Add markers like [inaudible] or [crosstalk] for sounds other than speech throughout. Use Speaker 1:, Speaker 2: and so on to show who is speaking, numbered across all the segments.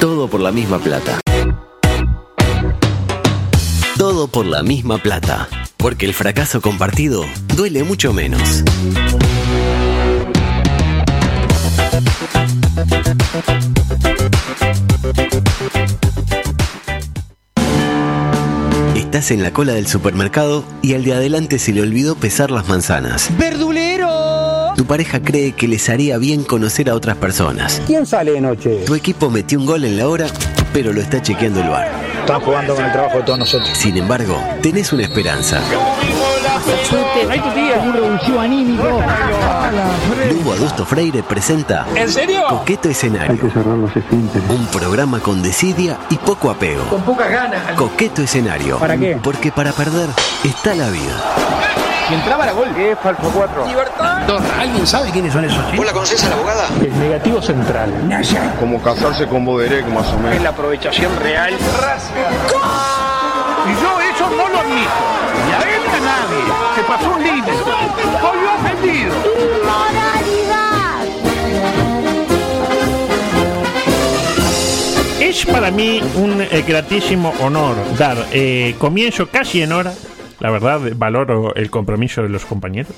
Speaker 1: Todo por la misma plata. Todo por la misma plata. Porque el fracaso compartido duele mucho menos. Estás en la cola del supermercado y al de adelante se le olvidó pesar las manzanas.
Speaker 2: ¡Verdulero!
Speaker 1: Tu pareja cree que les haría bien conocer a otras personas.
Speaker 2: ¿Quién sale de noche?
Speaker 1: Tu equipo metió un gol en la hora, pero lo está chequeando el bar.
Speaker 2: Están jugando con el trabajo de todos nosotros.
Speaker 1: Sin embargo, tenés una esperanza. Lugo Adusto Freire presenta
Speaker 2: ¿En serio?
Speaker 1: Coqueto Escenario. Un programa con desidia y poco apego.
Speaker 2: Con pocas ganas.
Speaker 1: Coqueto Escenario.
Speaker 2: ¿Para qué?
Speaker 1: Porque para perder está la vida.
Speaker 2: Si entraba la gol.
Speaker 3: ¿Qué es falso 4?
Speaker 2: ¿Alguien sabe quiénes son esos?
Speaker 4: ¿Vos la conocés a la abogada?
Speaker 2: El negativo central.
Speaker 3: Como casarse con Boderek, más o menos.
Speaker 2: la aprovechación real. Y yo eso no lo admito. Y a él a nadie. Se pasó un límite. Volvió ofendido.
Speaker 5: Es para mí un eh, gratísimo honor dar eh, comienzo casi en hora, la verdad valoro el compromiso de los compañeros,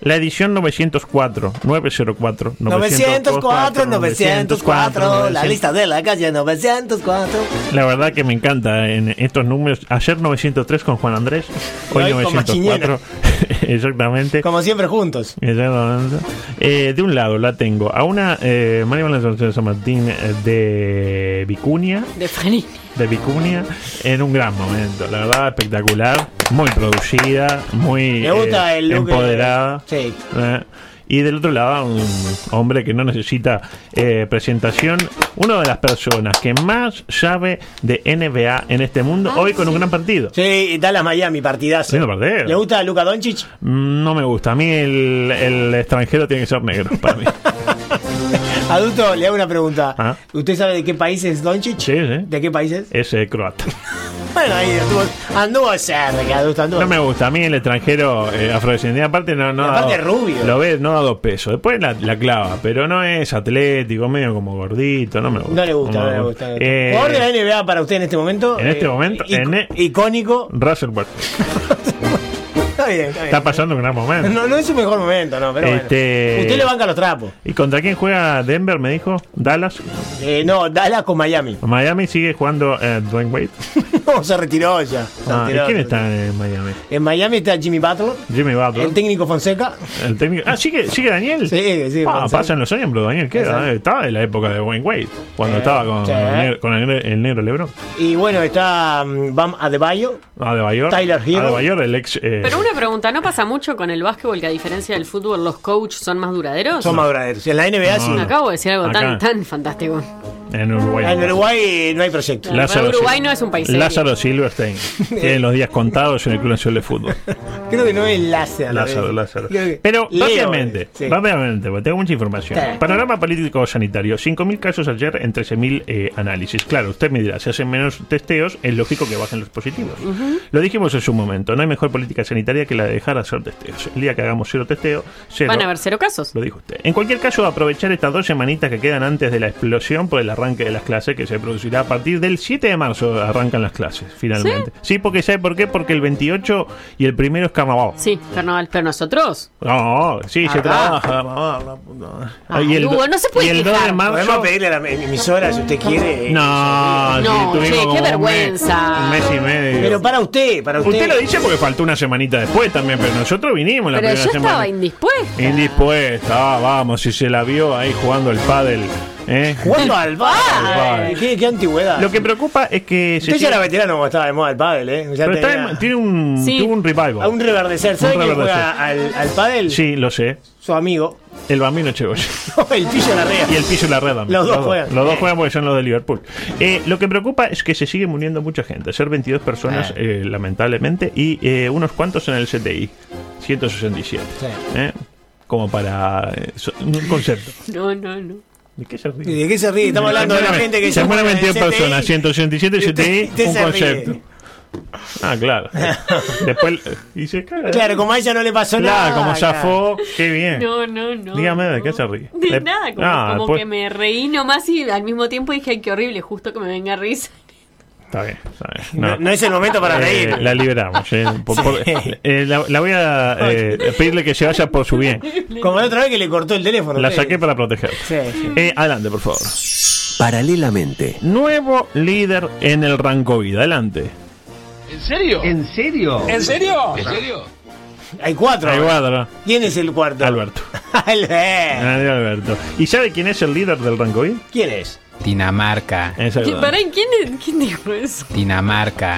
Speaker 5: la edición 904, 904,
Speaker 6: 904, 904, la
Speaker 5: 900.
Speaker 6: lista de la calle 904.
Speaker 5: La verdad que me encanta en estos números, ayer 903 con Juan Andrés, hoy
Speaker 6: Hoy con
Speaker 5: 904, [laughs] exactamente.
Speaker 6: Como siempre juntos.
Speaker 5: Exactamente. Eh, de un lado la tengo a una eh, María Valenzuela San Martín eh, de Vicuña,
Speaker 7: De Fanny.
Speaker 5: de Vicuña en un gran momento. La verdad, espectacular. Muy producida, muy
Speaker 6: Me gusta
Speaker 5: eh,
Speaker 6: el look.
Speaker 5: empoderada.
Speaker 6: Sí.
Speaker 5: Eh, Y del otro lado, un hombre que no necesita eh, presentación. Una de las personas que más sabe de NBA en este mundo,
Speaker 7: Ah,
Speaker 5: hoy con un gran partido.
Speaker 6: Sí, Dallas Miami, partidazo.
Speaker 5: Lindo partido.
Speaker 6: ¿Le gusta Luca Doncic?
Speaker 5: Mm, No me gusta. A mí el, el extranjero tiene que ser negro para
Speaker 7: [laughs]
Speaker 5: mí.
Speaker 6: Adulto, le hago una pregunta.
Speaker 5: Ah.
Speaker 6: ¿Usted sabe de qué país es Doncic?
Speaker 5: Sí, sí.
Speaker 6: ¿De qué país es?
Speaker 5: Es eh, croata.
Speaker 6: Bueno, ahí anduvo, anduvo cerca, adulto, anduvo.
Speaker 5: No me gusta. A mí el extranjero eh, afrodescendiente, aparte no. no
Speaker 6: Y aparte
Speaker 5: da-
Speaker 6: es rubio.
Speaker 5: Lo ves, no da dos pesos. Después la, la clava, pero no es atlético, medio como gordito. No me gusta.
Speaker 6: No le gusta, no
Speaker 5: me
Speaker 6: le gusta.
Speaker 5: Eh,
Speaker 6: ¿Jugador de la NBA para usted en este momento?
Speaker 5: en este momento,
Speaker 6: ic-
Speaker 5: en e-
Speaker 6: icónico.
Speaker 5: Russell Westbrook.
Speaker 6: Está bien, está bien.
Speaker 5: Está pasando un gran momento.
Speaker 6: No, no es su mejor momento, no, pero
Speaker 5: Este-
Speaker 6: bueno. Usted le banca los trapos.
Speaker 5: ¿Y contra quién juega Denver? Me dijo. Dallas.
Speaker 6: Eh, no, Dallas con Miami.
Speaker 5: Miami sigue jugando eh, Dwayne Wade.
Speaker 6: no, [laughs] se retiró ya. se
Speaker 5: Ah, ¿y ¿Quién
Speaker 6: retiró, se retiró.
Speaker 5: está en Miami?
Speaker 6: En Miami está Jimmy Butler,
Speaker 5: Jimmy Butler.
Speaker 6: el técnico Fonseca.
Speaker 5: El técnico. Ah, sigue, sigue Daniel.
Speaker 6: Sí, sí,
Speaker 5: Ah,
Speaker 6: Gonzalo.
Speaker 5: pasan los años, pero Daniel queda.
Speaker 6: Exacto.
Speaker 5: eh, Estaba en la época de Wayne Wade, cuando
Speaker 6: Sí,
Speaker 5: estaba con,
Speaker 6: sí.
Speaker 5: el, negro, con el, negro- el negro Lebron.
Speaker 6: Y bueno, está mm, Bam Adebayo.
Speaker 5: Adebayor.
Speaker 6: Tyler Hero.
Speaker 5: Adebayor, el ex. eh,
Speaker 7: Pero una pregunta, ¿no pasa mucho con el básquetbol que a diferencia del fútbol los coaches son más duraderos?
Speaker 6: Son maduradores. En la NBA sí.
Speaker 5: No, no.
Speaker 7: Acabo de decir algo
Speaker 5: Acá.
Speaker 7: tan, tan fantástico.
Speaker 5: en Uruguay.
Speaker 6: En Uruguay eh, no hay proyecto.
Speaker 7: La- Pero Uruguay no es un país serio.
Speaker 5: Lázaro
Speaker 6: [laughs]
Speaker 5: Silverstein. Tiene los días contados en el Club Nacional de Fútbol.
Speaker 6: Creo que no es Lázaro.
Speaker 5: Lázaro,
Speaker 6: eh.
Speaker 5: Lázaro.
Speaker 6: Creo que-
Speaker 5: Pero
Speaker 6: Leo,
Speaker 5: rápidamente,
Speaker 6: eh, sí.
Speaker 5: rápidamente, porque tengo mucha información.
Speaker 6: Sí.
Speaker 5: Panorama político sanitario. 5.000 casos ayer en 13.000 eh, análisis. Claro, usted me dirá, si hacen menos testeos, es lógico que bajen los positivos. Lo dijimos en su momento, no hay mejor política sanitaria que la de dejar hacer testeos. El día que hagamos cero testeo, cero...
Speaker 7: Van a haber cero casos.
Speaker 5: Lo dijo usted. En cualquier caso, aprovechar estas dos semanitas que quedan antes de la explosión por el arranque de las clases que se producirá a partir del 7 de marzo. Arrancan las clases, finalmente. ¿Sí? porque ¿sabe por qué? Porque el 28 y el primero es carnaval.
Speaker 7: Sí, carnaval. Pero nosotros.
Speaker 5: No, sí, se
Speaker 7: Ah,
Speaker 5: trabaja. mamá, la puta.
Speaker 7: Ah,
Speaker 5: y el,
Speaker 7: Lugo,
Speaker 5: do-
Speaker 7: no se puede
Speaker 5: y el 2 de
Speaker 7: quejar.
Speaker 5: marzo.
Speaker 6: Podemos pedirle a la em- emisora si usted quiere. eh,
Speaker 5: No, sí,
Speaker 7: No,
Speaker 5: tuvimos
Speaker 7: che, qué
Speaker 5: como un mes-
Speaker 7: vergüenza.
Speaker 5: Un mes y medio.
Speaker 6: Pero para usted, para usted.
Speaker 5: Usted lo dice porque faltó una semanita después también, pero nosotros vinimos la
Speaker 7: Pero
Speaker 5: primera
Speaker 7: yo
Speaker 5: semana.
Speaker 7: estaba indispuesta.
Speaker 5: Indispuesta, ah, vamos, si se la vio ahí jugando el pádel. ¿eh?
Speaker 6: Jugando al
Speaker 5: Al
Speaker 6: pádel.
Speaker 5: pádel.
Speaker 6: Qué, qué antigüedad.
Speaker 5: Lo que preocupa es que se
Speaker 6: usted ya
Speaker 5: sigue-
Speaker 6: era veterano cuando estaba de moda el pádel, ¿eh? Ya
Speaker 5: pero está
Speaker 6: tenía-
Speaker 5: en- tiene un,
Speaker 7: Sí.
Speaker 5: tuvo un revival.
Speaker 6: A un reverdecer. ¿Sabe
Speaker 5: Un
Speaker 6: quién
Speaker 5: reverdecer.
Speaker 6: juega al, al pádel?
Speaker 5: Sí, lo sé.
Speaker 6: Su amigo.
Speaker 5: El Bambino
Speaker 6: [laughs]
Speaker 5: Chegoya.
Speaker 6: el pillo de la rea.
Speaker 5: Y el piso y la red. también.
Speaker 6: Los dos juegan.
Speaker 5: Los dos
Speaker 6: Eh.
Speaker 5: juegan porque son los de Liverpool. Eh, lo que preocupa es que se sigue muriendo mucha gente. Ser 22 personas,
Speaker 6: Ah.
Speaker 5: eh, lamentablemente, y eh, unos cuantos en el CTI. 167.
Speaker 6: Sí.
Speaker 5: Eh, Como para eh, so- un concepto.
Speaker 7: No, no, no.
Speaker 5: ¿De qué se ríe?
Speaker 6: ¿Y ¿De qué se ríe? Estamos hablando de la gente que
Speaker 5: se muere
Speaker 6: muere en el
Speaker 5: 22 personas,
Speaker 6: CTI.
Speaker 5: 167
Speaker 6: Y usted-
Speaker 5: CTI,
Speaker 6: usted
Speaker 5: un
Speaker 6: se ríe.
Speaker 5: concepto. Ah,
Speaker 6: [laughs]
Speaker 5: claro. Después dice, claro,
Speaker 6: Claro, como a ella no le pasó
Speaker 5: claro,
Speaker 6: nada.
Speaker 5: como zafó, qué bien.
Speaker 7: No, no, no.
Speaker 5: Eh. Dígame, ¿de
Speaker 7: no.
Speaker 5: qué se ríe?
Speaker 7: De
Speaker 5: Le-
Speaker 7: nada, como,
Speaker 5: Ah,
Speaker 7: como
Speaker 5: después-
Speaker 7: que me reí nomás y al mismo tiempo dije, ay, qué horrible, justo que me venga risa.
Speaker 5: Está bien, está bien.
Speaker 6: No,
Speaker 5: No.
Speaker 6: no es el momento para
Speaker 5: Eh,
Speaker 6: reír.
Speaker 5: la liberamos. eh, por- por- eh, la, la voy a eh, pedirle que se vaya por su bien.
Speaker 6: Como la otra vez que le cortó el teléfono.
Speaker 5: La
Speaker 6: sí.
Speaker 5: saqué para proteger.
Speaker 6: Sí, sí.
Speaker 5: Eh, adelante, por favor.
Speaker 1: Paralelamente,
Speaker 5: Nuevo líder en el rango vida. Adelante.
Speaker 2: ¿En serio? ¿En serio? ¿En serio? ¿En serio?
Speaker 6: Hay cuatro.
Speaker 5: Ahí va, ¿verdad?
Speaker 6: ¿Quién es el cuarto?
Speaker 5: Alberto.
Speaker 6: Albert.
Speaker 5: Nadie, Alberto. ¿Y sabe quién es el líder del rango vida?
Speaker 6: ¿Quién es?
Speaker 4: Dinamarca,
Speaker 5: Esa es
Speaker 7: ¿Qué-
Speaker 5: verdad.
Speaker 7: [laughs] pará, ¿quién, es- quién dijo eso?
Speaker 4: Dinamarca.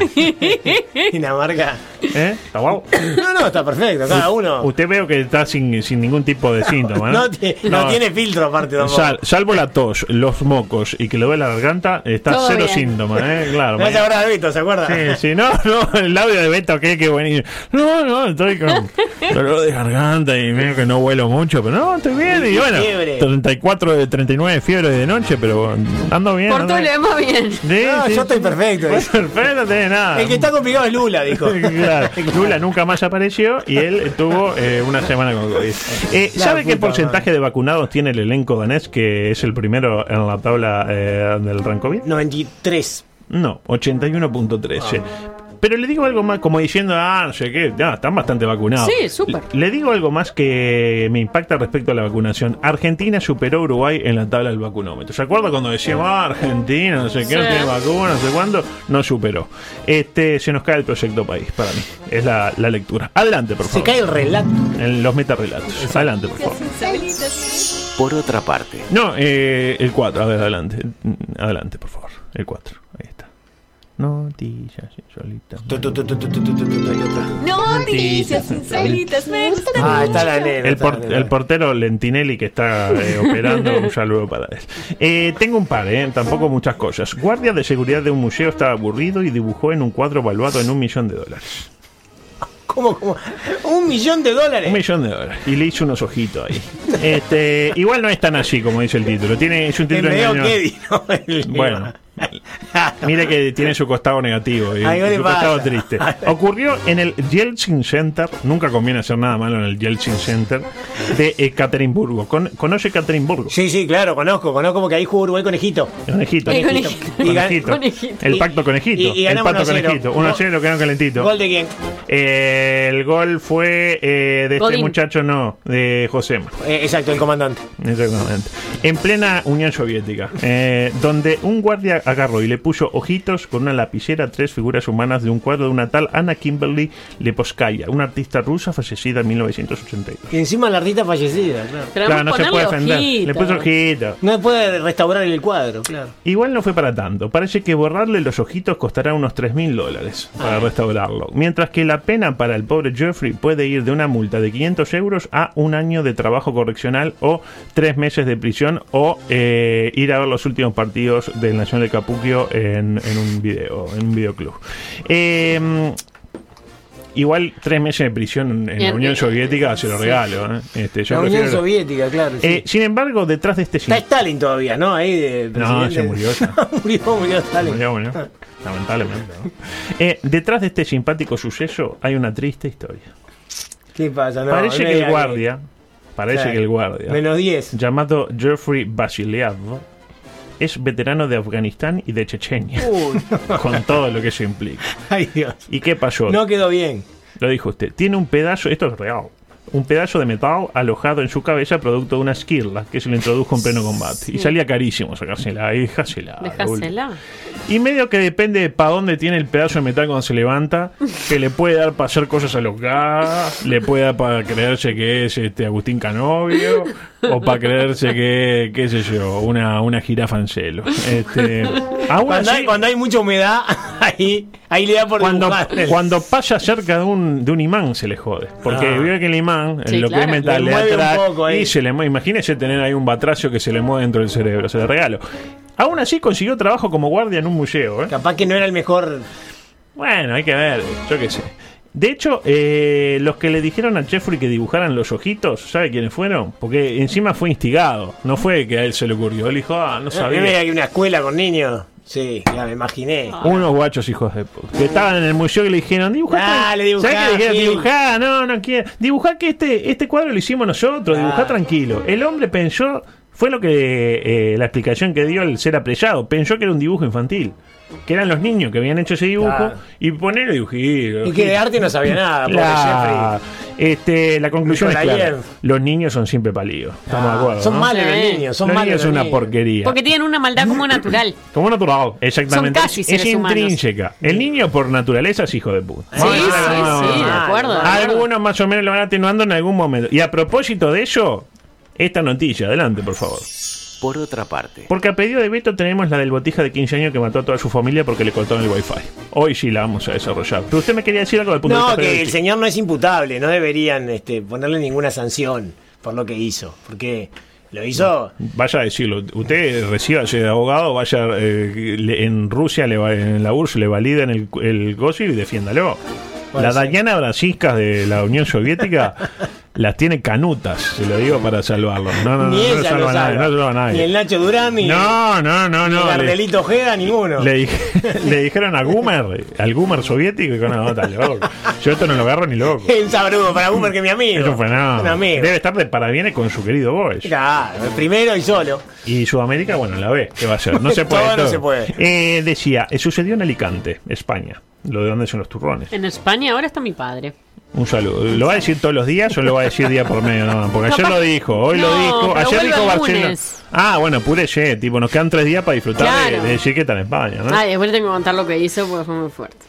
Speaker 6: Dinamarca.
Speaker 5: ¿Eh? ¿Está guau?
Speaker 6: No, no, está perfecto. Cada uno.
Speaker 5: Usted veo que está sin, sin ningún tipo de síntoma, ¿no?
Speaker 6: No, ti- no tiene filtro aparte tampoco.
Speaker 5: Sal- salvo la tos, los mocos y que le duele la garganta, está
Speaker 7: Todo
Speaker 5: cero
Speaker 7: bien.
Speaker 5: síntomas, ¿eh? Claro.
Speaker 6: No se habrá visto, ¿se acuerda?
Speaker 5: Sí, sí, no, no, el audio de Beto, que qué buenísimo. No, no, estoy
Speaker 7: [laughs]
Speaker 5: con dolor de garganta y medio que no vuelo mucho, pero no, estoy bien. Y bueno,
Speaker 6: fiebre.
Speaker 5: 34 de 39 fiebre de noche, pero ando bien.
Speaker 7: Por
Speaker 5: ando
Speaker 7: todo lo
Speaker 5: bien.
Speaker 7: demás, bien.
Speaker 5: Sí,
Speaker 6: No,
Speaker 5: sí,
Speaker 6: yo
Speaker 5: sí.
Speaker 6: estoy perfecto. eh.
Speaker 5: Pues, Perfecto, no tiene nada.
Speaker 6: El que está complicado es Lula, dijo.
Speaker 5: [laughs]
Speaker 6: [laughs]
Speaker 5: Claro, Lula nunca más apareció y él tuvo eh, una semana con COVID. Eh,
Speaker 6: La
Speaker 5: ¿Sabe qué
Speaker 6: puta
Speaker 5: porcentaje de vacunados tiene el elenco danés, que es el primero en la tabla eh, del Rancovid?
Speaker 6: 93.
Speaker 5: No,
Speaker 7: Ah.
Speaker 5: 81.13. Pero le digo algo más, como diciendo, ah, no sé qué, ya, están bastante vacunados.
Speaker 7: Sí, súper.
Speaker 5: Le le digo algo más que me impacta respecto a la vacunación. Argentina superó a Uruguay en la tabla del vacunómetro. ¿Se acuerda cuando decíamos, ah, Argentina, no sé qué, no
Speaker 7: Sí.
Speaker 5: tiene vacuna, no sé cuándo? No superó. Este, se nos cae el proyecto país, para mí. Es la, la lectura. Adelante, por
Speaker 6: Se
Speaker 5: favor.
Speaker 6: cae el relato.
Speaker 5: En los metarrelatos. Adelante, por favor.
Speaker 1: por otra parte,
Speaker 5: No, eh, el 4, a ver, adelante. Adelante, por favor. El 4, ahí está. Noticias solitas.
Speaker 6: Tu, tu, tu, tu, tu, tu, tu, tu, tu, tu.
Speaker 7: Noticias insólitas, me gustan
Speaker 6: Ah, está la nena.
Speaker 5: El,
Speaker 6: está la
Speaker 5: por-
Speaker 6: nena.
Speaker 5: el portero Lentinelli que está eh, operando, un saludo para él. Eh, tengo un par, eh, tampoco muchas cosas. Guardia de seguridad de un museo estaba aburrido y dibujó en un cuadro valuado en un millón de dólares.
Speaker 6: ¿Cómo, cómo? Un millón de
Speaker 5: Un
Speaker 6: dólares.
Speaker 5: millón de dólares. Y le hizo unos
Speaker 1: [laughs]
Speaker 5: ojitos ahí. Este, igual no es tan así como dice el título. Tiene, es un
Speaker 6: Que
Speaker 5: título
Speaker 6: medio
Speaker 5: engañoso.
Speaker 6: que [laughs] dijo el-
Speaker 1: [laughs]
Speaker 6: [laughs]
Speaker 5: Bueno. Mire que tiene su costado negativo y
Speaker 6: Algo le
Speaker 5: su
Speaker 6: pasa.
Speaker 5: costado
Speaker 6: [laughs]
Speaker 5: triste. Ocurrió en el Yeltsin Center, nunca conviene hacer nada malo en el Yeltsin Center, de Ekaterimburgo. Con- ¿Conoce Ekaterimburgo?
Speaker 6: Sí, sí, claro, conozco, conozco porque ahí jugó Uruguay conejito.
Speaker 5: Conejito.
Speaker 7: El conejito.
Speaker 5: Y gan-
Speaker 6: Conejito.
Speaker 7: Conejito.
Speaker 5: El pacto conejito.
Speaker 6: Y- y
Speaker 5: el
Speaker 6: ganamos
Speaker 5: pacto
Speaker 6: 1 a 0.
Speaker 5: conejito. 1 a 0, quedaron calentito.
Speaker 6: ¿Gol de quién?
Speaker 5: Eh, el gol fue eh, de este
Speaker 7: Godín.
Speaker 5: muchacho, no, de Josema.
Speaker 6: Eh, exacto, el comandante.
Speaker 5: Exactamente. En plena Unión Soviética, eh, donde un guardia agarró y le puso ojitos con una lapicera a tres figuras humanas de un cuadro de una tal Anna Kimberly Leposkaya, una artista rusa fallecida en 1982.
Speaker 6: Y encima la artista fallecida, claro.
Speaker 7: Pero
Speaker 5: no se puede defender. Le puso ojitos.
Speaker 6: No puede restaurar el cuadro, claro.
Speaker 5: Igual no fue para tanto. Parece que borrarle los ojitos costará unos 3.000 mil dólares para restaurarlo. Mientras que la pena para el pobre Jeffrey puede ir de una multa de 500 euros a un año de trabajo correccional o tres meses de prisión o eh, ir a ver los últimos partidos del Nacional de Capuquio en, en un video, en un videoclub. Eh, igual tres meses de prisión en, la
Speaker 7: Bien.
Speaker 5: Unión Soviética se lo
Speaker 7: Sí.
Speaker 5: regalo. ¿eh? Este, yo
Speaker 6: eh, la
Speaker 5: prefiero-
Speaker 6: Unión Soviética, claro. sí.
Speaker 5: Eh, sin embargo, detrás de este...
Speaker 6: Está Stalin todavía, ¿no? Ahí de
Speaker 5: No,
Speaker 6: presidente.
Speaker 5: se murió
Speaker 6: [laughs]
Speaker 5: ya.
Speaker 6: murió, murió Stalin.
Speaker 5: Murió, murió. Lamentablemente. ¿no? Eh, detrás de este simpático suceso hay una triste historia.
Speaker 6: ¿Qué pasa? No,
Speaker 5: parece
Speaker 6: no
Speaker 5: que
Speaker 6: era
Speaker 5: el guardia, parece
Speaker 6: Claro.
Speaker 5: que el guardia,
Speaker 6: Menos 10.
Speaker 5: llamado Jeffrey Vasiliev, es veterano de Afganistán y de Chechenia,
Speaker 6: Uy,
Speaker 5: con todo lo que eso implica.
Speaker 6: [laughs] ay Dios.
Speaker 5: ¿Y qué pasó?
Speaker 6: No quedó bien.
Speaker 5: Lo dijo usted. Tiene un pedazo, esto es real, un pedazo de metal alojado en su cabeza producto de una esquirla que se le introdujo en pleno combate. Y salía carísimo sacársela. Y dejásela.
Speaker 7: Dejásela.
Speaker 5: Y medio que depende de para dónde tiene el pedazo de metal cuando se levanta, que le puede dar para hacer cosas alocadas, le puede dar para creerse que es este Agustín Canovio, o para creerse que, qué sé yo, una, una jirafa en celo. Este, aún
Speaker 6: Cuando,
Speaker 5: así,
Speaker 6: hay, cuando hay mucha humedad, [laughs] ahí, ahí le da por
Speaker 5: cuando,
Speaker 6: dibujar.
Speaker 5: cuando pasa cerca de un, de un imán se le jode. Porque
Speaker 6: Ah.
Speaker 5: vio que el imán, en
Speaker 7: Sí,
Speaker 5: lo que
Speaker 7: claro.
Speaker 5: es metal,
Speaker 6: Le
Speaker 5: le, da
Speaker 6: mueve un
Speaker 5: atrás
Speaker 6: poco ahí.
Speaker 5: y se le mueve. Imagínese tener ahí un batracio que se le mueve dentro del cerebro, se le regalo. Aún así consiguió trabajo como guardia en un museo, ¿eh?
Speaker 6: Capaz que no era el mejor.
Speaker 5: Bueno, hay que ver, yo qué sé. De hecho, eh, los que le dijeron a Jeffrey que dibujaran los ojitos, ¿sabe quiénes fueron? Porque encima fue instigado, no fue que a él se le ocurrió. Él dijo, ah, no
Speaker 6: Yo me
Speaker 5: sabía.
Speaker 6: que una escuela con niños. Sí, ya me imaginé.
Speaker 5: Unos guachos hijos de puta. Que estaban en el museo y le dijeron, dibujá.
Speaker 6: Dale,
Speaker 5: ¿sabés
Speaker 6: dibujá,
Speaker 5: qué le dijeron?
Speaker 6: Gil.
Speaker 5: Dibujá, no, no quiero. Dibujá que este, este cuadro lo hicimos nosotros, dibujá
Speaker 6: Ah.
Speaker 5: tranquilo. El hombre pensó, fue lo que eh, la explicación que dio el ser apreciado, pensó que era un dibujo infantil. Que eran los niños que habían hecho ese dibujo
Speaker 6: Claro.
Speaker 5: y ponerle dibujito.
Speaker 6: Y que de arte no sabía nada, pobre
Speaker 5: La, este, la conclusión es
Speaker 6: Nicolás
Speaker 5: clara.
Speaker 6: Yen.
Speaker 5: Los niños son siempre palíos. Estamos
Speaker 6: Ah,
Speaker 5: de acuerdo.
Speaker 6: Son
Speaker 5: ¿no?
Speaker 6: malos
Speaker 7: Sí.
Speaker 6: los niños, son
Speaker 5: Los
Speaker 6: malos.
Speaker 5: niños
Speaker 6: los
Speaker 5: son una
Speaker 6: niños.
Speaker 5: porquería.
Speaker 7: Porque tienen una maldad como natural.
Speaker 5: Como natural, exactamente.
Speaker 7: Son casi seres
Speaker 5: es
Speaker 7: humanos.
Speaker 5: intrínseca. El niño por naturaleza es hijo de puta.
Speaker 7: Sí, sí, sí, de acuerdo. de acuerdo.
Speaker 5: Algunos más o menos lo van atenuando en algún momento. Y a propósito de ello, esta noticia, adelante por favor.
Speaker 1: Por otra parte,
Speaker 5: Porque a pedido de Beto tenemos la del botija de 15 años que mató a toda su familia porque le cortaron el wifi. Hoy sí la vamos a desarrollar. Pero usted me quería decir algo del punto de
Speaker 6: No,
Speaker 5: vista
Speaker 6: que el
Speaker 5: periodístico.
Speaker 6: señor no es imputable, no deberían este, ponerle ninguna sanción por lo que hizo, porque lo hizo...
Speaker 5: Vaya a decirlo, usted reciba ese abogado, vaya eh, le- en Rusia, le va- en la URSS, le validen el, el gozo y defiéndalo.
Speaker 6: Bueno,
Speaker 5: la
Speaker 6: sí.
Speaker 5: Dayana Brasiskas de la Unión
Speaker 6: [laughs]
Speaker 5: Soviética las tiene canutas, se lo digo para salvarlo. No, no, no,
Speaker 6: ni
Speaker 5: no
Speaker 6: ella
Speaker 5: salva
Speaker 6: lo
Speaker 5: a
Speaker 6: sabe.
Speaker 5: nadie, no salva a nadie.
Speaker 6: Ni el Nacho Durán, ni,
Speaker 5: No, no, no,
Speaker 6: ni
Speaker 5: no.
Speaker 6: el
Speaker 5: le-
Speaker 6: Ardelito Ojeda, ninguno.
Speaker 5: le, dij- [laughs] le dijeron a Gumer, al Gumer soviético, y dijo, no, está loco. Yo esto no lo agarro ni loco.
Speaker 6: Un saludo para Boomer, que es mi amigo.
Speaker 5: Es un fenómeno.
Speaker 6: Un amigo.
Speaker 5: Debe estar de parabienes con su querido Boesch.
Speaker 6: Claro, el primero y solo.
Speaker 5: Y Sudamérica, bueno, la ve, ¿qué va a ser? No
Speaker 6: [laughs]
Speaker 5: se puede.
Speaker 6: Todo no se puede.
Speaker 5: Eh, decía, eh, sucedió en Alicante, España, lo de donde son los turrones.
Speaker 7: En España ahora está mi padre.
Speaker 5: Un saludo. ¿Lo va a decir todos los días o lo va a decir día por medio? No, porque ayer
Speaker 7: Capaz-
Speaker 5: lo dijo, hoy lo
Speaker 7: No,
Speaker 5: dijo,
Speaker 7: pero
Speaker 5: ayer
Speaker 7: vuelve
Speaker 5: dijo
Speaker 7: el
Speaker 5: Barcelona.
Speaker 7: lunes.
Speaker 5: Ah, bueno, purelle, tipo, nos quedan tres días para disfrutar de-
Speaker 7: Claro.
Speaker 5: de, decir que está en España, ¿no? Eh,
Speaker 7: Ah, después le tengo que contar lo que hizo porque fue muy fuerte.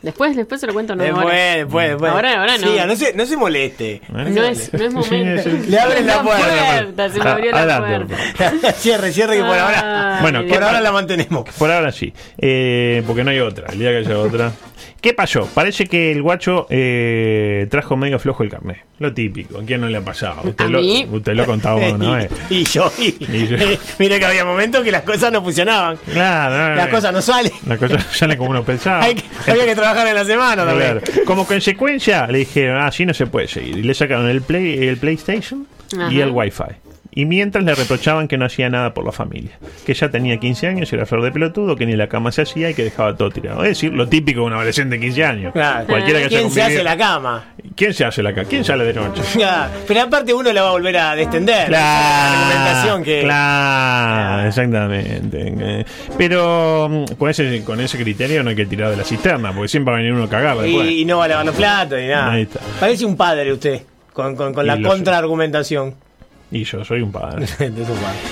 Speaker 7: Después, después se lo cuento. No,
Speaker 6: después,
Speaker 7: ahora.
Speaker 6: después, después.
Speaker 7: Ahora, ahora no.
Speaker 6: Siga, no se, no se moleste. [laughs]
Speaker 5: ¿Eh?
Speaker 7: No es, no es momento. [laughs]
Speaker 5: Sí, Ah, sí.
Speaker 6: Le abren la
Speaker 7: La
Speaker 6: puerta.
Speaker 7: puerta, se me abrió la
Speaker 5: Adelante,
Speaker 7: puerta.
Speaker 5: por favor.
Speaker 6: cierre, cierre, que
Speaker 7: Ah.
Speaker 6: por ahora,
Speaker 7: Ay,
Speaker 5: Bueno, ¿qué
Speaker 6: por ahora
Speaker 5: pa-
Speaker 6: la mantenemos.
Speaker 5: Por ahora sí, Eh, porque no hay otra, el día que haya otra. ¿Qué pasó? Parece que el guacho eh, trajo medio flojo el carnet. Lo típico, ¿a quién no le ha pasado? Usted,
Speaker 7: A
Speaker 5: lo,
Speaker 7: mí.
Speaker 5: usted lo contaba Eh, una vez.
Speaker 6: [laughs] y, yo, y,
Speaker 5: Ah, Y
Speaker 6: [laughs]
Speaker 5: yo. Ah,
Speaker 6: mira que había momentos que las cosas no funcionaban.
Speaker 5: Claro, eh.
Speaker 6: Las cosas no salen.
Speaker 5: Las cosas no salen como uno pensaba.
Speaker 6: Hay que- había que trabajar en la semana también.
Speaker 5: Ah. Claro. Como consecuencia, le dijeron, así no se puede seguir. Y le sacaron el, play, el PlayStation
Speaker 7: Ajá.
Speaker 5: y el Wi-Fi. Y mientras le reprochaban que no hacía nada por la familia. Que ya tenía 15 años, era flor de pelotudo, que ni la cama se hacía y que dejaba todo tirado. Es decir, lo típico de un adolescente de 15 años.
Speaker 6: Claro.
Speaker 5: Cualquiera que haya
Speaker 6: Ah, ¿Quién se hace
Speaker 5: convivido-
Speaker 6: la cama?
Speaker 5: ¿Quién se hace la cama? ¿Quién sale de noche?
Speaker 6: Claro, Pero aparte uno la va a volver a destender. Esa es [laughs] la argumentación que.
Speaker 5: claro, exactamente. Eh, Pero mm, con ese, con ese criterio no hay que tirar de la cisterna, porque siempre va a venir uno a cagar después.
Speaker 6: Y, y no va a lavar los platos ni nada.
Speaker 5: Ahí está.
Speaker 6: Parece un padre usted, con, con, con
Speaker 5: Y
Speaker 6: la
Speaker 5: lo-
Speaker 6: contraargumentación. [laughs]
Speaker 5: Y yo soy un padre.
Speaker 6: de su padre.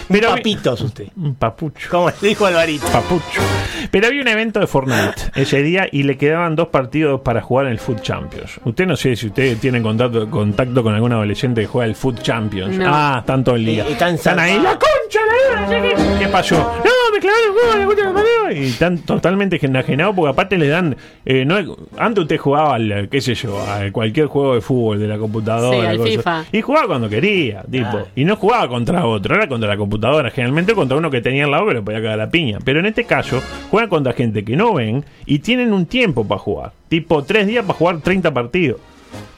Speaker 5: Pero-
Speaker 6: un papitos usted.
Speaker 5: Un papucho.
Speaker 6: Como le dijo Alvarito.
Speaker 5: Papucho. Pero había un evento de Fortnite ese día y le quedaban dos partidos para jugar en el Food Champions. Usted no sé si usted tiene contacto, contacto con algún adolescente que juega el Food Champions.
Speaker 7: No.
Speaker 5: Ah, están todo el día.
Speaker 6: Y- y tan
Speaker 5: están ahí. ¡La concha! la lora, no sé ¿Qué ¿Qué pasó? No, me clavaron el huevo, la concha de la madre. Y están totalmente enajenados porque aparte le dan... eh, no, antes usted jugaba al, qué sé yo, a cualquier juego de fútbol de la computadora.
Speaker 7: Sí, al
Speaker 5: cosas.
Speaker 7: FIFA.
Speaker 5: Y jugaba cuando quería, tipo.
Speaker 6: Ah.
Speaker 5: Y no jugaba contra otro, era contra la computadora, generalmente contra uno que tenía al lado que le podía cagar la piña. Pero en este caso, juegan contra gente que no ven y tienen un tiempo para jugar. Tipo, tres días para jugar 30 partidos.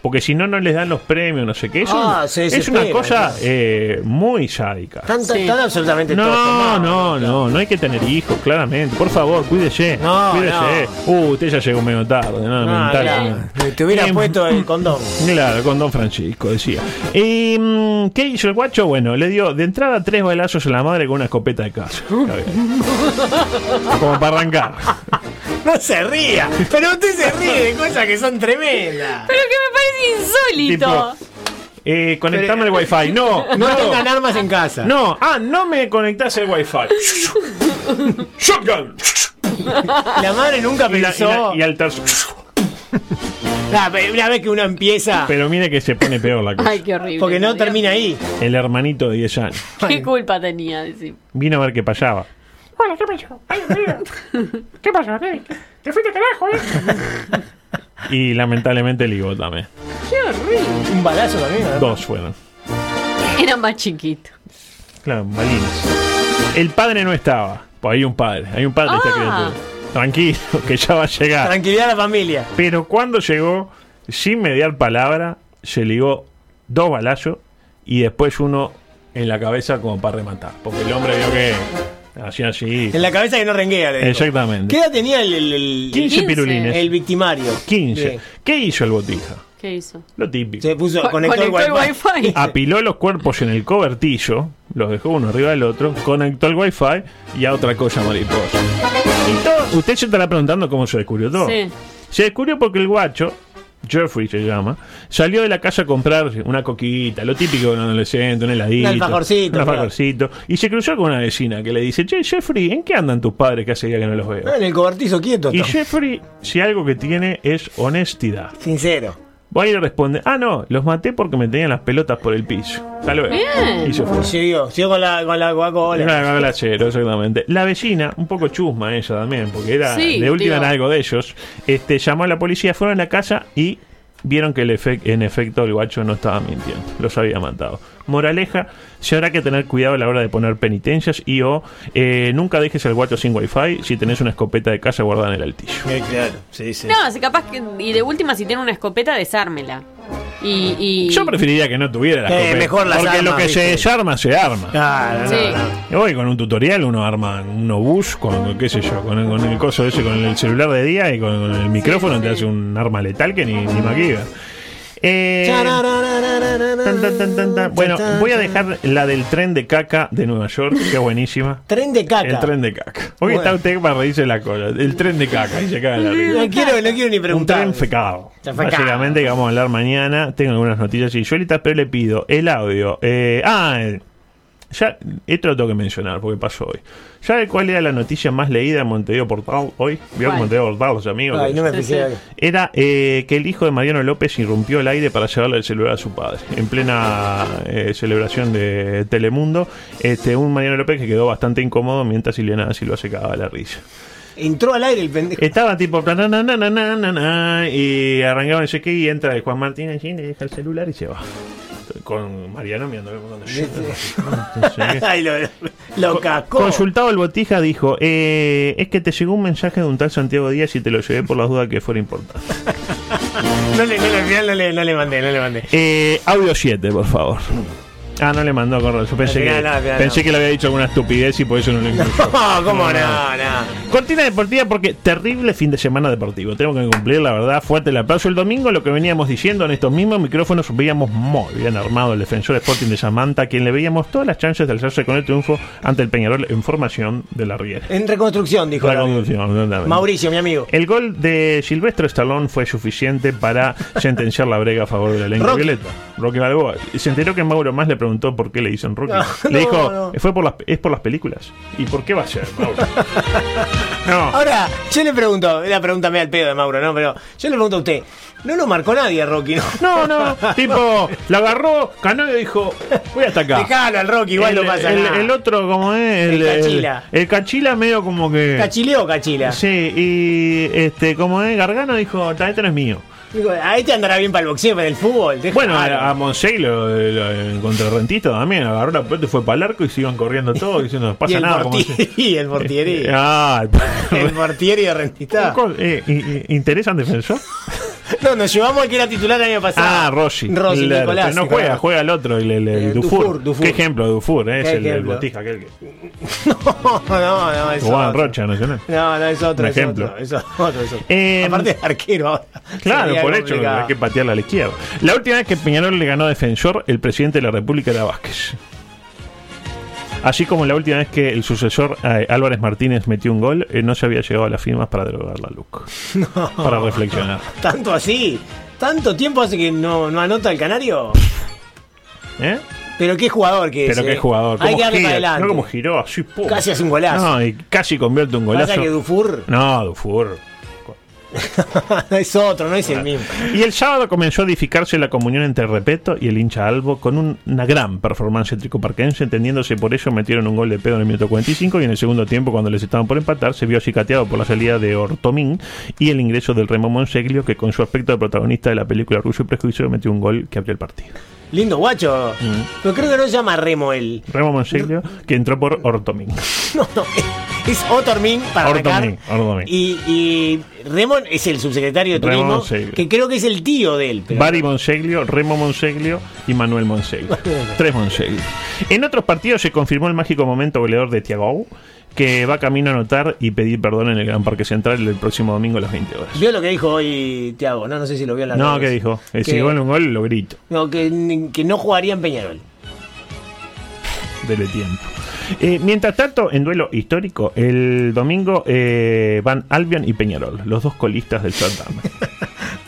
Speaker 5: Porque si no, no les dan los premios, no sé qué. Es, un-
Speaker 6: Ah, se
Speaker 5: es una
Speaker 6: desesperan,
Speaker 5: cosa
Speaker 6: claro.
Speaker 5: eh, muy sádica.
Speaker 6: Están,
Speaker 7: Sí.
Speaker 6: están absolutamente todos
Speaker 5: No,
Speaker 6: tomados.
Speaker 5: no, no, no hay que tener hijos, claramente. Por favor, cuídese.
Speaker 6: No,
Speaker 5: cuídese. Uh, usted ya llegó medio tarde, no,
Speaker 6: Ah,
Speaker 5: mental.
Speaker 6: claro. Te hubiera
Speaker 5: Em,
Speaker 6: puesto el condón.
Speaker 5: Claro, con Don Francisco, decía. Y, mm, ¿Qué hizo el guacho? Bueno, le dio de entrada tres balazos a la madre con una escopeta de
Speaker 6: [laughs]
Speaker 5: casa. Como para arrancar.
Speaker 6: No se ría. Pero usted se ríe de cosas que son tremendas.
Speaker 7: Pero que me parece insólito.
Speaker 5: Eh, conectame el wifi. No,
Speaker 6: eh, No,
Speaker 5: no,
Speaker 6: tengan armas en casa.
Speaker 5: no. Ah, no me conectás el
Speaker 6: [laughs]
Speaker 5: wifi. Shotgun.
Speaker 6: La madre nunca
Speaker 5: Y, la- y
Speaker 6: pensó.
Speaker 5: la- y al terzo.
Speaker 6: Ah, pero una vez que uno empieza.
Speaker 5: Pero mire que se pone peor
Speaker 6: [laughs]
Speaker 5: la cosa.
Speaker 7: Ay, qué horrible.
Speaker 6: Porque no
Speaker 7: Dios.
Speaker 6: termina ahí.
Speaker 5: El hermanito de 10 años.
Speaker 7: ¿Qué culpa tenía? Decime.
Speaker 5: Vino a ver qué pasaba.
Speaker 8: Hola, ¿qué pasó? Ay, mira. ¿Qué pasó? ¿Qué? Te fuiste carajo, ¿eh?
Speaker 5: Y lamentablemente ligó también.
Speaker 6: Un balazo también. ¿no?
Speaker 5: Dos fueron.
Speaker 7: Era más chiquito.
Speaker 5: Claro, balines. El padre no estaba. Pues hay un padre, hay un padre de esta
Speaker 7: Ah.
Speaker 5: criatura. Tranquilo, [laughs] que ya va a llegar.
Speaker 6: Tranquilidad a la familia.
Speaker 5: Pero cuando llegó, sin mediar palabra, se ligó dos balazos y después uno en la cabeza como para rematar. Porque el hombre vio que Así, así.
Speaker 6: En la cabeza que no renguea, le digo.
Speaker 5: Exactamente.
Speaker 6: ¿Qué edad tenía el, el, el-
Speaker 5: 15
Speaker 7: 15.
Speaker 5: pirulines.
Speaker 6: el victimario?
Speaker 5: 15.
Speaker 6: Bien.
Speaker 5: ¿Qué hizo el botija?
Speaker 7: ¿Qué hizo?
Speaker 5: Lo típico.
Speaker 6: Se puso,
Speaker 7: Co-
Speaker 6: conectó, el wifi.
Speaker 7: wifi.
Speaker 5: Apiló los cuerpos en el cobertillo, los dejó uno arriba del otro, conectó el wifi y a otra cosa mariposa. Y todo- usted se estará preguntando cómo se descubrió todo.
Speaker 7: Sí.
Speaker 5: Se descubrió porque el guacho, Jeffrey se llama, salió de la casa a comprar una coquita, lo típico de un adolescente, un heladito.
Speaker 6: Un alfajorcito,
Speaker 5: un
Speaker 6: claro.
Speaker 5: alfajorcito, Y se cruzó con una vecina que le dice, che, Jeffrey, ¿en qué andan tus padres que hace día que no los veo?
Speaker 6: No, en el cobertizo quieto.
Speaker 5: Y
Speaker 6: está.
Speaker 5: Jeffrey, si algo que tiene es honestidad.
Speaker 6: Sincero.
Speaker 5: Va y le responde, ah, no, los maté porque me tenían las pelotas por el piso. Hasta luego.
Speaker 7: Bien.
Speaker 5: Y se fue.
Speaker 6: Siguió, siguió con la, con la Coca-Cola.
Speaker 5: Era una Coca-Cola cero, exactamente. La vecina, un poco chusma ella también, porque era
Speaker 7: Sí,
Speaker 5: de última
Speaker 7: tío.
Speaker 5: era algo de ellos, este, llamó a la policía, fueron a la casa y vieron que el efec- en efecto el guacho no estaba mintiendo, los había matado. Moraleja, se habrá que tener cuidado a la hora de poner penitencias y o eh, nunca dejes al guacho sin wifi si tenés una escopeta de casa guardada en el altillo.
Speaker 6: Eh, claro, sí, sí.
Speaker 7: No, si capaz que. Y de última, si tiene una escopeta, desármela. Y. y
Speaker 5: Yo preferiría que no tuviera la
Speaker 6: Eh,
Speaker 5: escopeta,
Speaker 6: mejor las
Speaker 5: porque lo
Speaker 6: armas,
Speaker 5: que se
Speaker 6: ¿viste?
Speaker 5: desarma, se arma.
Speaker 6: Claro,
Speaker 7: Sí.
Speaker 6: no, no.
Speaker 5: Hoy con un tutorial uno arma un obús con, qué sé yo, con, el- con el coso ese, con el celular de día y con, con el micrófono te hace un arma letal que ni, ni MacGyver. Eh, tan, tan, tan, tan, tan. Bueno, voy a dejar la del tren de caca de Nueva York, que es buenísima.
Speaker 6: Tren de caca.
Speaker 5: El tren de caca. Hoy
Speaker 6: Bueno.
Speaker 5: está usted para reírse la cola. El tren de caca, y se caga la risa.
Speaker 6: No quiero, no quiero ni
Speaker 5: Un
Speaker 6: preguntar.
Speaker 5: tren fecado.
Speaker 6: Tren fecado.
Speaker 5: Básicamente que vamos a hablar mañana. Tengo algunas noticias y sueltas, pero le pido el audio. Eh, ah, eh, ya, esto lo tengo que mencionar porque pasó hoy. ¿Sabe cuál era la noticia más leída en Montevideo Portal hoy? Vio
Speaker 7: ¿Cuál?
Speaker 5: Montevideo Portal, los amigos.
Speaker 6: Ay, no me
Speaker 7: Sí,
Speaker 6: fijé.
Speaker 7: sí.
Speaker 5: Era eh, que el hijo de Mariano López irrumpió al aire para llevarle el celular a su padre. En plena eh, celebración de Telemundo, este, un Mariano López que quedó bastante incómodo mientras Ileana Silva se cagaba la risa.
Speaker 6: Entró al aire el pendejo.
Speaker 5: Estaba tipo plan, na, na, na, na, na, na, na, y arrancaban el cheque y entra el Juan Martínez y le deja el celular y se va. Con Mariano mirando el botón de- [laughs] Entonces,
Speaker 6: [laughs] Ay, lo, lo cacó.
Speaker 5: Consultado el botija dijo, eh, es que te llegó un mensaje de un tal Santiago Díaz y te lo llevé por las dudas que fuera importante.
Speaker 6: No le, no, le, al final no, le, no le mandé, no le mandé. [laughs]
Speaker 5: Eh, audio 7, por favor. Ah, no le mandó a correr. Yo pensé,
Speaker 6: Al
Speaker 5: que,
Speaker 6: final no, al final
Speaker 5: pensé
Speaker 6: no.
Speaker 5: que le había dicho alguna estupidez y por eso no le incluyó.
Speaker 6: No, Oh, cómo no, no.
Speaker 5: Cortina deportiva porque terrible fin de semana deportivo. Tenemos que cumplir, la verdad, fuerte el aplauso. El domingo, lo que veníamos diciendo en estos mismos micrófonos, veíamos muy bien armado el defensor Sporting de Samantha, a quien le veíamos todas las chances de alzarse con el triunfo ante el Peñarol en formación de la Riera.
Speaker 6: En reconstrucción, dijo.
Speaker 5: La
Speaker 6: el amigo.
Speaker 5: conducción, exactamente.
Speaker 6: Mauricio, mi amigo.
Speaker 5: El gol de Silvestro Stallone fue suficiente
Speaker 6: [laughs]
Speaker 5: para sentenciar la brega a favor del elenco
Speaker 6: Rocky.
Speaker 5: violeta. Rocky Balboa. Se enteró que Mauro Más le preguntó por qué le dicen Rocky.
Speaker 6: No,
Speaker 5: le
Speaker 6: no,
Speaker 5: dijo,
Speaker 6: no.
Speaker 5: Fue por las, es por las películas. ¿Y por qué va a ser, Mauro?
Speaker 6: [laughs]
Speaker 5: no.
Speaker 6: Ahora, yo le pregunto, la pregunta me al pedo de Mauro, ¿no? Pero yo le pregunto a usted, no lo marcó nadie a Rocky, [laughs]
Speaker 5: No,
Speaker 6: ¿no?
Speaker 5: no, tipo, la agarró, ganó y dijo, voy hasta acá.
Speaker 6: Dejalo al Rocky, igual
Speaker 5: el,
Speaker 6: no pasa
Speaker 5: el-
Speaker 6: nada.
Speaker 5: el otro, como es,
Speaker 6: El Cachila.
Speaker 5: El, el cachila medio como que.
Speaker 6: ¿Cachileó o cachila?
Speaker 5: Sí, y este, como es, Gargano dijo, "Ta, este no es mío.
Speaker 6: Digo, a este andará bien para el boxeo, para el fútbol. dejalo.
Speaker 5: Bueno, a, a Monsei, lo, lo- el contrarrentista también, agarró la pelota y fue para el arco y se iban corriendo todos diciendo, no
Speaker 6: y
Speaker 5: pasa
Speaker 6: el
Speaker 5: nada. como
Speaker 6: Portieri, y [laughs] el Portieri.
Speaker 5: se- [laughs] Ah, el- [laughs]
Speaker 6: El Portieri de Rentista.
Speaker 5: Co- eh, i- i- ¿Interesan defensor?
Speaker 6: No, nos llevamos al que era titular el año pasado.
Speaker 5: Ah, Rossi.
Speaker 6: Rossi,
Speaker 5: Claro,
Speaker 6: Nicolás.
Speaker 5: pero no
Speaker 6: Nicolás.
Speaker 5: juega, juega el otro, el, el- el
Speaker 6: Eh,
Speaker 5: Dufour.
Speaker 6: Dufour, Dufour.
Speaker 5: Qué ejemplo, Dufour, eh, es
Speaker 6: Qué
Speaker 5: el, el
Speaker 6: ejemplo.
Speaker 5: botija aquel que
Speaker 6: [laughs] No, no, no, es
Speaker 5: jugaba en
Speaker 6: otro.
Speaker 5: Rocha Nacional.
Speaker 6: No, no, es otro,
Speaker 5: Un
Speaker 6: es
Speaker 5: ejemplo.
Speaker 6: otro, es otro, es otro.
Speaker 5: Eh,
Speaker 6: Aparte de arquero ahora.
Speaker 5: [laughs] Claro,
Speaker 6: Sería
Speaker 5: por hecho,
Speaker 6: complicado.
Speaker 5: hay que patearla a la izquierda. La última vez que Peñarol le ganó a Defensor, el presidente de la República era Vázquez. Así como la última vez que el sucesor eh, Álvarez Martínez metió un gol, eh, no se había llegado a las firmas para drogar la
Speaker 6: [laughs]
Speaker 5: LUC. Para reflexionar.
Speaker 6: Tanto así. ¿Tanto tiempo hace que no, no anota el canario?
Speaker 5: ¿Eh?
Speaker 6: Pero qué jugador que es.
Speaker 5: Pero qué
Speaker 6: eh.
Speaker 5: jugador.
Speaker 6: Hay
Speaker 5: cómo
Speaker 6: que darle
Speaker 5: gira,
Speaker 6: para adelante.
Speaker 5: No como giró, así pum.
Speaker 6: Casi hace un golazo.
Speaker 5: No, y casi convierte un
Speaker 6: Pasa
Speaker 5: golazo.
Speaker 6: que Dufour [laughs]
Speaker 5: No, Dufour.
Speaker 6: es otro, no es el mismo.
Speaker 5: Y el sábado comenzó a edificarse la comunión entre Repeto y el hincha Albo con un- una gran performance tricoparquense, entendiéndose por ello metieron un gol de pedo en el minuto 45 y en el segundo tiempo cuando les estaban por empatar se vio acicateado por la salida de Ortomín y el ingreso del Remo Monseglio que con su aspecto de protagonista de la película Orgullo y Prejuicio metió un gol que abrió el partido.
Speaker 6: Lindo guacho.
Speaker 5: Mm.
Speaker 6: Pero creo que no se llama Remo él.
Speaker 5: Remo Monseglio que entró por Ortomín.
Speaker 6: No, [laughs] no. Es Otormin para
Speaker 5: Otormin,
Speaker 6: arrancar.
Speaker 5: Otormin.
Speaker 6: Y, y Remón es el subsecretario de
Speaker 5: Remón
Speaker 6: turismo,
Speaker 5: Monseglio.
Speaker 6: que creo que es el tío de él. pero-
Speaker 5: Bari Monseglio, Remo Monseglio y Manuel Monseglio. Tres Monseglio. En otros partidos se confirmó el mágico momento goleador de Tiago, que va camino a anotar y pedir perdón en el Gran Parque Central el próximo domingo a las 20 horas.
Speaker 6: Vio lo que dijo hoy Tiago, no, no sé si lo vio en la
Speaker 5: No, ¿qué dijo? Eh, Si gol un gol, lo grito.
Speaker 6: No, que, ni- que no jugaría en Peñarol.
Speaker 5: Dele tiempo. Eh, mientras tanto, en duelo histórico, el domingo eh, van Albion y Peñarol, los dos colistas del certamen.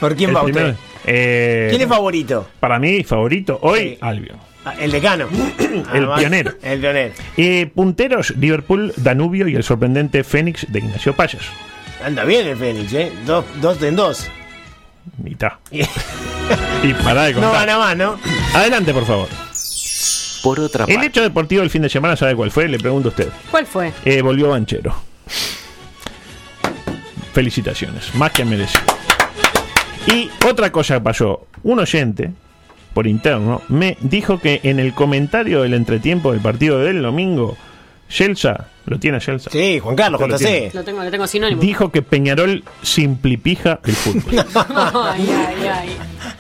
Speaker 6: ¿Por quién
Speaker 5: El
Speaker 6: va
Speaker 5: primero,
Speaker 6: usted?
Speaker 5: eh,
Speaker 6: ¿Quién es favorito?
Speaker 5: Para mí, favorito hoy,
Speaker 6: Sí.
Speaker 5: Albion.
Speaker 6: Ah, El decano.
Speaker 5: [coughs] El
Speaker 6: Ah, va.
Speaker 5: pionero.
Speaker 6: El pionero.
Speaker 5: Eh, punteros, Liverpool, Danubio y el sorprendente Fénix de Ignacio Payas.
Speaker 6: Anda bien el Fénix, ¿eh? Dos, dos en dos.
Speaker 5: Mitad. Y pará de
Speaker 6: [laughs] no
Speaker 5: contar.
Speaker 6: gana más, ¿no?
Speaker 5: Adelante, por favor.
Speaker 1: Por otra
Speaker 5: El
Speaker 1: parte,
Speaker 5: hecho deportivo del fin de semana, ¿sabe cuál fue? Le pregunto a usted.
Speaker 7: ¿Cuál fue?
Speaker 5: Eh, volvió Banchero. Felicitaciones, más que merecido. Y otra cosa que pasó, un oyente por interno me dijo que en el comentario del entretiempo del partido del domingo, Yelsa, lo tiene a Yelsa,
Speaker 6: Sí, Juan Carlos,
Speaker 5: Pero tiene-
Speaker 6: JC.
Speaker 7: Lo tengo, lo tengo sinónimo.
Speaker 5: dijo que Peñarol simplipija el fútbol.
Speaker 7: [laughs] Ay, ay, ay.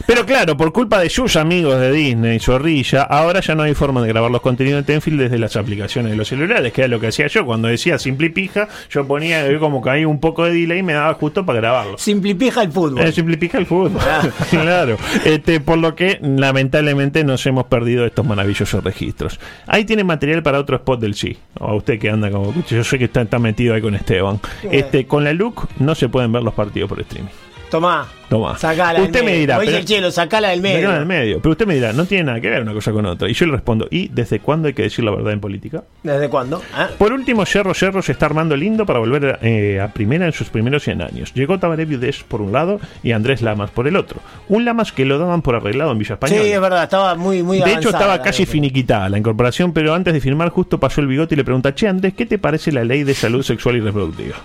Speaker 5: Pero claro, por culpa de sus amigos de Disney y Zorrilla, ahora ya no hay forma de grabar los contenidos de Tenfield desde las aplicaciones de los celulares, que era lo que hacía yo. Cuando decía simple y pija, yo ponía eh, como que hay un poco de delay y me daba justo para grabarlo.
Speaker 6: Simplifica el fútbol.
Speaker 5: Eh, simple y pija el fútbol. [laughs] claro. Este, por lo que lamentablemente nos hemos perdido estos maravillosos registros. Ahí tiene material para otro spot del sí. O a usted que anda como cuchillo. Yo sé que está, está metido ahí con Esteban. Este, con la look no se pueden ver los partidos por streaming.
Speaker 6: Tomá.
Speaker 5: Tomá.
Speaker 6: Sacala.
Speaker 5: Usted me dirá,
Speaker 6: Lo dice
Speaker 5: pero-
Speaker 6: el chelo, sacala del medio.
Speaker 5: Sacaron al medio. Pero usted me dirá, no tiene nada que ver una cosa con otra. Y yo le respondo, ¿y desde cuándo hay que decir la verdad en política?
Speaker 6: ¿Desde cuándo? ¿Ah?
Speaker 5: Por último, Cerro Cerro se está armando lindo para volver eh, a primera en sus primeros 100 años. Llegó Tabaré Viudés por un lado y Andrés Lamas por el otro. Un Lamas que lo daban por arreglado en Villa
Speaker 6: Sí,
Speaker 5: Española.
Speaker 6: es verdad, estaba muy, muy
Speaker 5: de hecho,
Speaker 6: avanzada
Speaker 5: estaba
Speaker 6: la
Speaker 5: casi
Speaker 6: época.
Speaker 5: finiquitada la incorporación, pero antes de firmar, justo pasó el bigote y le pregunta: Che, Andrés, ¿qué te parece la ley de salud sexual y reproductiva?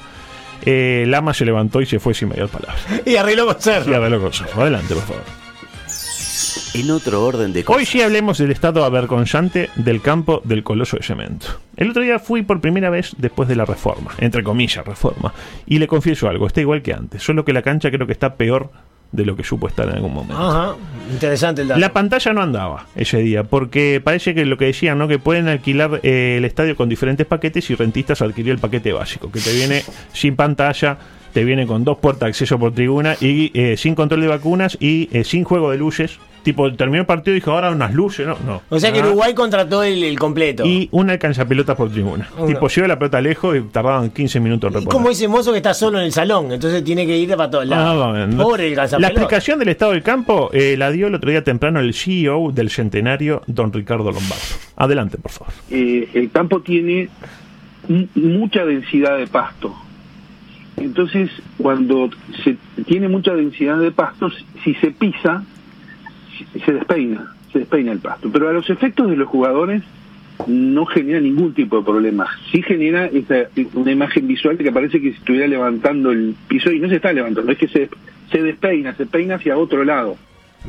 Speaker 5: Eh, Lamas se levantó y se fue sin mayor palabra. [laughs]
Speaker 6: Y arregló con Cerro.
Speaker 5: Y habló con Cerro. Adelante, por favor.
Speaker 1: en otro orden de
Speaker 5: Hoy
Speaker 1: cosas,
Speaker 5: sí hablemos del estado avergonzante del campo del Coloso de Cemento. El otro día fui por primera vez después de la reforma, entre comillas, reforma, y le confieso algo, está igual que antes, solo que la cancha creo que está peor de lo que supo estar en algún momento.
Speaker 6: Ajá, interesante el dato.
Speaker 5: La pantalla no andaba ese día, porque parece que lo que decían, ¿no? Que pueden alquilar eh, el estadio con diferentes paquetes y rentistas adquirió el paquete básico, que te viene sin pantalla, te viene con dos puertas de acceso por tribuna y eh, sin control de vacunas y eh, sin juego de luces. Tipo, terminó el partido y dijo, ahora unas luces, ¿no? No.
Speaker 6: o sea que
Speaker 5: Ah.
Speaker 6: Uruguay contrató el, el completo.
Speaker 5: Y una alcanzapelotas por tribuna.
Speaker 6: Una.
Speaker 5: Tipo, lleva la pelota lejos y tardaban 15 minutos en
Speaker 6: Y
Speaker 5: reponer.
Speaker 6: como ese mozo que está solo en el salón, entonces tiene que ir para todos
Speaker 5: Ah,
Speaker 6: lados.
Speaker 5: bueno.
Speaker 6: Pobre el
Speaker 5: La
Speaker 6: calzapelota.
Speaker 5: explicación del estado del campo eh, la dio el otro día temprano el CEO del centenario, don Ricardo Lombardo. Adelante, por favor.
Speaker 9: eh, el campo tiene m- mucha densidad de pasto. Entonces, cuando se tiene mucha densidad de pastos, si se pisa, se despeina, se despeina el pasto. Pero a los efectos de los jugadores no genera ningún tipo de problema. Sí genera esa- una imagen visual que parece que se estuviera levantando el piso y no se está levantando, es que se, se despeina, se peina hacia otro lado.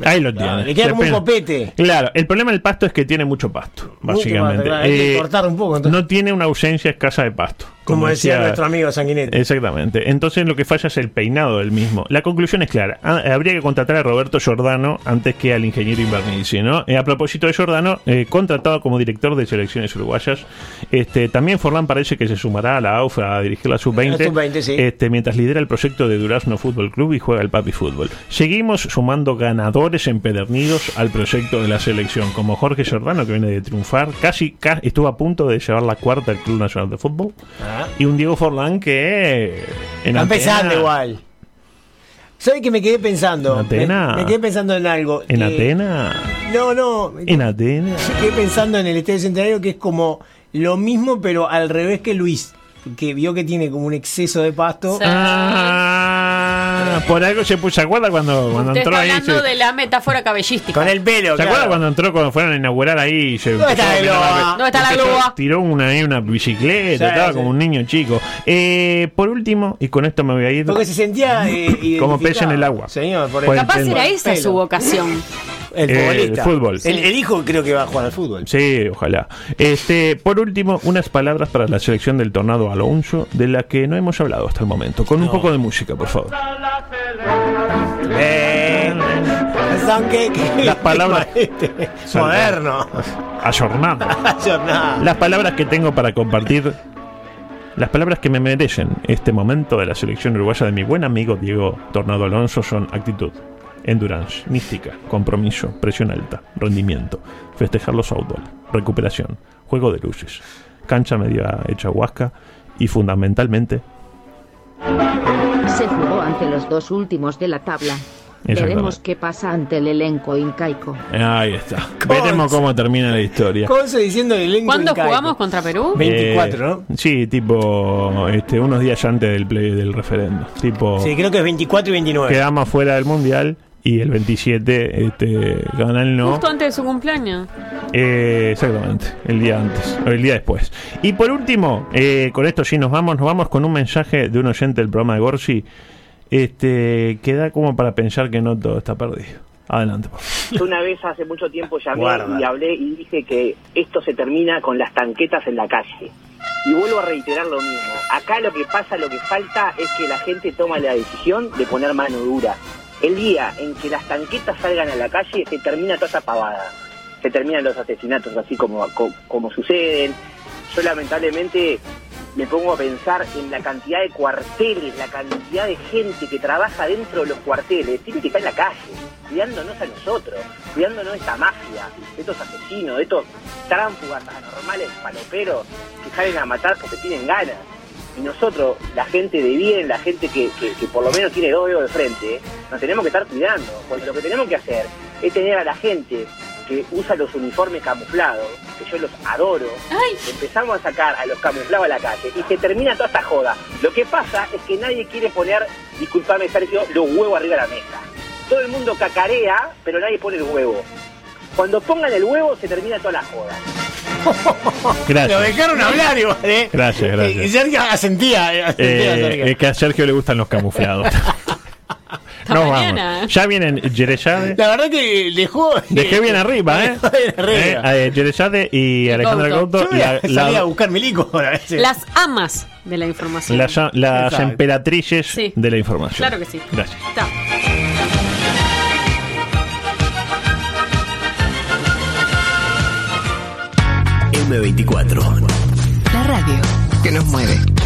Speaker 5: Ahí lo
Speaker 6: Claro,
Speaker 5: tiene.
Speaker 6: le queda como un
Speaker 5: Depende.
Speaker 6: copete.
Speaker 5: Claro, el problema del pasto es que tiene mucho pasto,
Speaker 6: Mucho
Speaker 5: básicamente. Eh,
Speaker 6: pasto, claro, hay que cortar un poco, entonces.
Speaker 5: No tiene una ausencia escasa de pasto.
Speaker 6: Como, decía, nuestro amigo Sanguinetti.
Speaker 5: Exactamente. Entonces lo que falla es el peinado del mismo. La conclusión es clara. Ah, Habría que contratar a Roberto Giordano antes que al ingeniero Invernici, ¿no? Eh, a propósito de Giordano, eh, contratado como director de selecciones uruguayas, este, también Forlán parece que se sumará a la AUFA a dirigir la sub-20,
Speaker 6: La sub-20, sí.
Speaker 5: este, mientras lidera el proyecto de Durazno Fútbol Club y juega el Papi Fútbol. Seguimos sumando ganadores empedernidos al proyecto de la selección, como Jorge Giordano que viene de triunfar, casi ca- estuvo a punto de llevar la cuarta al Club Nacional de Fútbol.
Speaker 6: Ah.
Speaker 5: Y un Diego Forlán que. eh, En
Speaker 6: Está empezando
Speaker 5: Atenas-
Speaker 6: igual. ¿Sabes que me quedé pensando?
Speaker 5: En Atena.
Speaker 6: Me, me quedé pensando en algo.
Speaker 5: En
Speaker 6: que-
Speaker 5: Atenas.
Speaker 6: No, no.
Speaker 5: En Atenas.
Speaker 6: Yo quedé pensando en el Estadio Centenario que es como lo mismo, pero al revés que Luis, que vio que tiene como un exceso de pasto.
Speaker 7: Sí.
Speaker 5: Ah, por algo se puso. ¿Se acuerda cuando, cuando
Speaker 7: Te
Speaker 5: entró
Speaker 7: está
Speaker 5: ahí?
Speaker 7: hablando
Speaker 5: se-
Speaker 7: de la metáfora cabellística.
Speaker 6: Con el pelo,
Speaker 5: ¿Se acuerda
Speaker 6: claro.
Speaker 5: cuando entró cuando fueron a inaugurar ahí? Se
Speaker 6: ¿Dónde está la
Speaker 5: empezó a mirar
Speaker 6: globa?
Speaker 5: la-
Speaker 7: ¿Dónde está la
Speaker 5: empezó-
Speaker 7: globa?
Speaker 5: Tiró una, ahí una bicicleta,
Speaker 6: Sí,
Speaker 5: estaba
Speaker 6: sí.
Speaker 5: como un niño chico. Eh, por último, y con esto me voy a ir.
Speaker 6: Porque se sentía. eh,
Speaker 5: [laughs] Como
Speaker 6: identificado.
Speaker 5: pez en el agua.
Speaker 6: Señor, por
Speaker 5: Por
Speaker 6: el-
Speaker 5: el
Speaker 7: Capaz
Speaker 5: Entiendo.
Speaker 7: era esa [laughs]
Speaker 6: Pelo.
Speaker 7: su vocación.
Speaker 10: El
Speaker 5: Eh,
Speaker 10: futbolista.
Speaker 5: fútbol.
Speaker 10: El, el hijo creo que va a jugar al fútbol.
Speaker 5: Sí, ojalá. Este, por último, unas palabras para la selección del Tornado Alonso, de la que no hemos hablado hasta el momento. Con un poco de música, por favor.
Speaker 10: Eh, aunque-
Speaker 5: [laughs] Las
Speaker 6: [laughs]
Speaker 5: palabras-
Speaker 10: Este, Moderno.
Speaker 5: Ayornado.
Speaker 10: Jornada.
Speaker 5: [laughs] Las palabras que tengo para compartir, las palabras que me merecen este momento de la selección uruguaya de mi buen amigo Diego Tornado Alonso son actitud, endurance, mística, compromiso, presión alta, rendimiento, festejar los outdoor, recuperación, juego de luces, cancha media hecha huasca y fundamentalmente
Speaker 11: Se jugó ante los dos últimos de la tabla.
Speaker 5: Exactamente.
Speaker 11: Veremos qué pasa ante el elenco incaico.
Speaker 5: Ahí está. Veremos cómo termina la historia.
Speaker 10: Conce diciendo el elenco
Speaker 7: ¿Cuándo
Speaker 10: incaico.
Speaker 7: jugamos contra Perú?
Speaker 10: 24, ¿no?
Speaker 5: Eh, Sí, tipo este, unos días antes del play, del referendo. Tipo
Speaker 10: Sí, creo que es 24 y 29.
Speaker 5: quedamos fuera del mundial y el 27 este, gana el no.
Speaker 7: Justo antes de su cumpleaños.
Speaker 5: Eh, exactamente, el día antes, o el día después. Y por último, eh, con esto sí nos vamos, nos vamos con un mensaje de un oyente del programa de Gorsi, este, que da como para pensar que no todo está perdido. Adelante, por favor.
Speaker 6: Yo una vez hace mucho tiempo llamé
Speaker 10: Guarda.
Speaker 6: y hablé y dije que esto se termina con las tanquetas en la calle. Y vuelvo a reiterar lo mismo. Acá lo que pasa, lo que falta es que la gente toma la decisión de poner mano dura. El día en que las tanquetas salgan a la calle se termina toda esa pavada. Se terminan los asesinatos así como, co- como suceden. Yo lamentablemente me pongo a pensar en la cantidad de cuarteles, la cantidad de gente que trabaja dentro de los cuarteles, tiene que estar en la calle, cuidándonos a nosotros, cuidándonos de esta mafia, de estos asesinos, de estos tránsfugas anormales, paloperos, que salen a matar porque tienen ganas. Y nosotros, la gente de bien, la gente que, que- que por lo menos tiene dos dedos de frente, nos tenemos que estar cuidando, porque lo que tenemos que hacer es tener a la gente que usa los uniformes camuflados, que yo los adoro,
Speaker 7: ¡Ay!
Speaker 6: empezamos a sacar a los camuflados a la calle y se termina toda esta joda. Lo que pasa es que nadie quiere poner, disculpame Sergio, los huevos arriba de la mesa. Todo el mundo cacarea, pero nadie pone el huevo. Cuando pongan el huevo se termina toda la joda.
Speaker 10: Lo
Speaker 5: Gracias.
Speaker 10: dejaron hablar igual, ¿eh?
Speaker 5: Gracias, gracias.
Speaker 10: Eh, Sergio asentía. eh, asentía,
Speaker 5: Eh,
Speaker 10: Sergio.
Speaker 5: es que a Sergio le gustan
Speaker 10: [laughs]
Speaker 5: los camuflados. Nos
Speaker 7: mañana.
Speaker 5: vamos. Ya vienen Yereyade.
Speaker 10: La verdad que dejó.
Speaker 5: Dejé bien arriba, ¿eh?
Speaker 10: Dejó bien arriba.
Speaker 5: Eh, eh, Yereyade y Alejandra
Speaker 7: Couto.
Speaker 5: Couto.
Speaker 10: [laughs] Yo voy a
Speaker 5: la- la-
Speaker 10: salir a buscar milico a eh. veces.
Speaker 7: Las amas de la información.
Speaker 5: las las
Speaker 10: Exacto.
Speaker 5: emperatrices
Speaker 7: Sí.
Speaker 5: de la información.
Speaker 7: Claro que sí.
Speaker 5: Gracias.
Speaker 7: Chao.
Speaker 1: M24.
Speaker 11: La radio.
Speaker 1: Que nos mueve.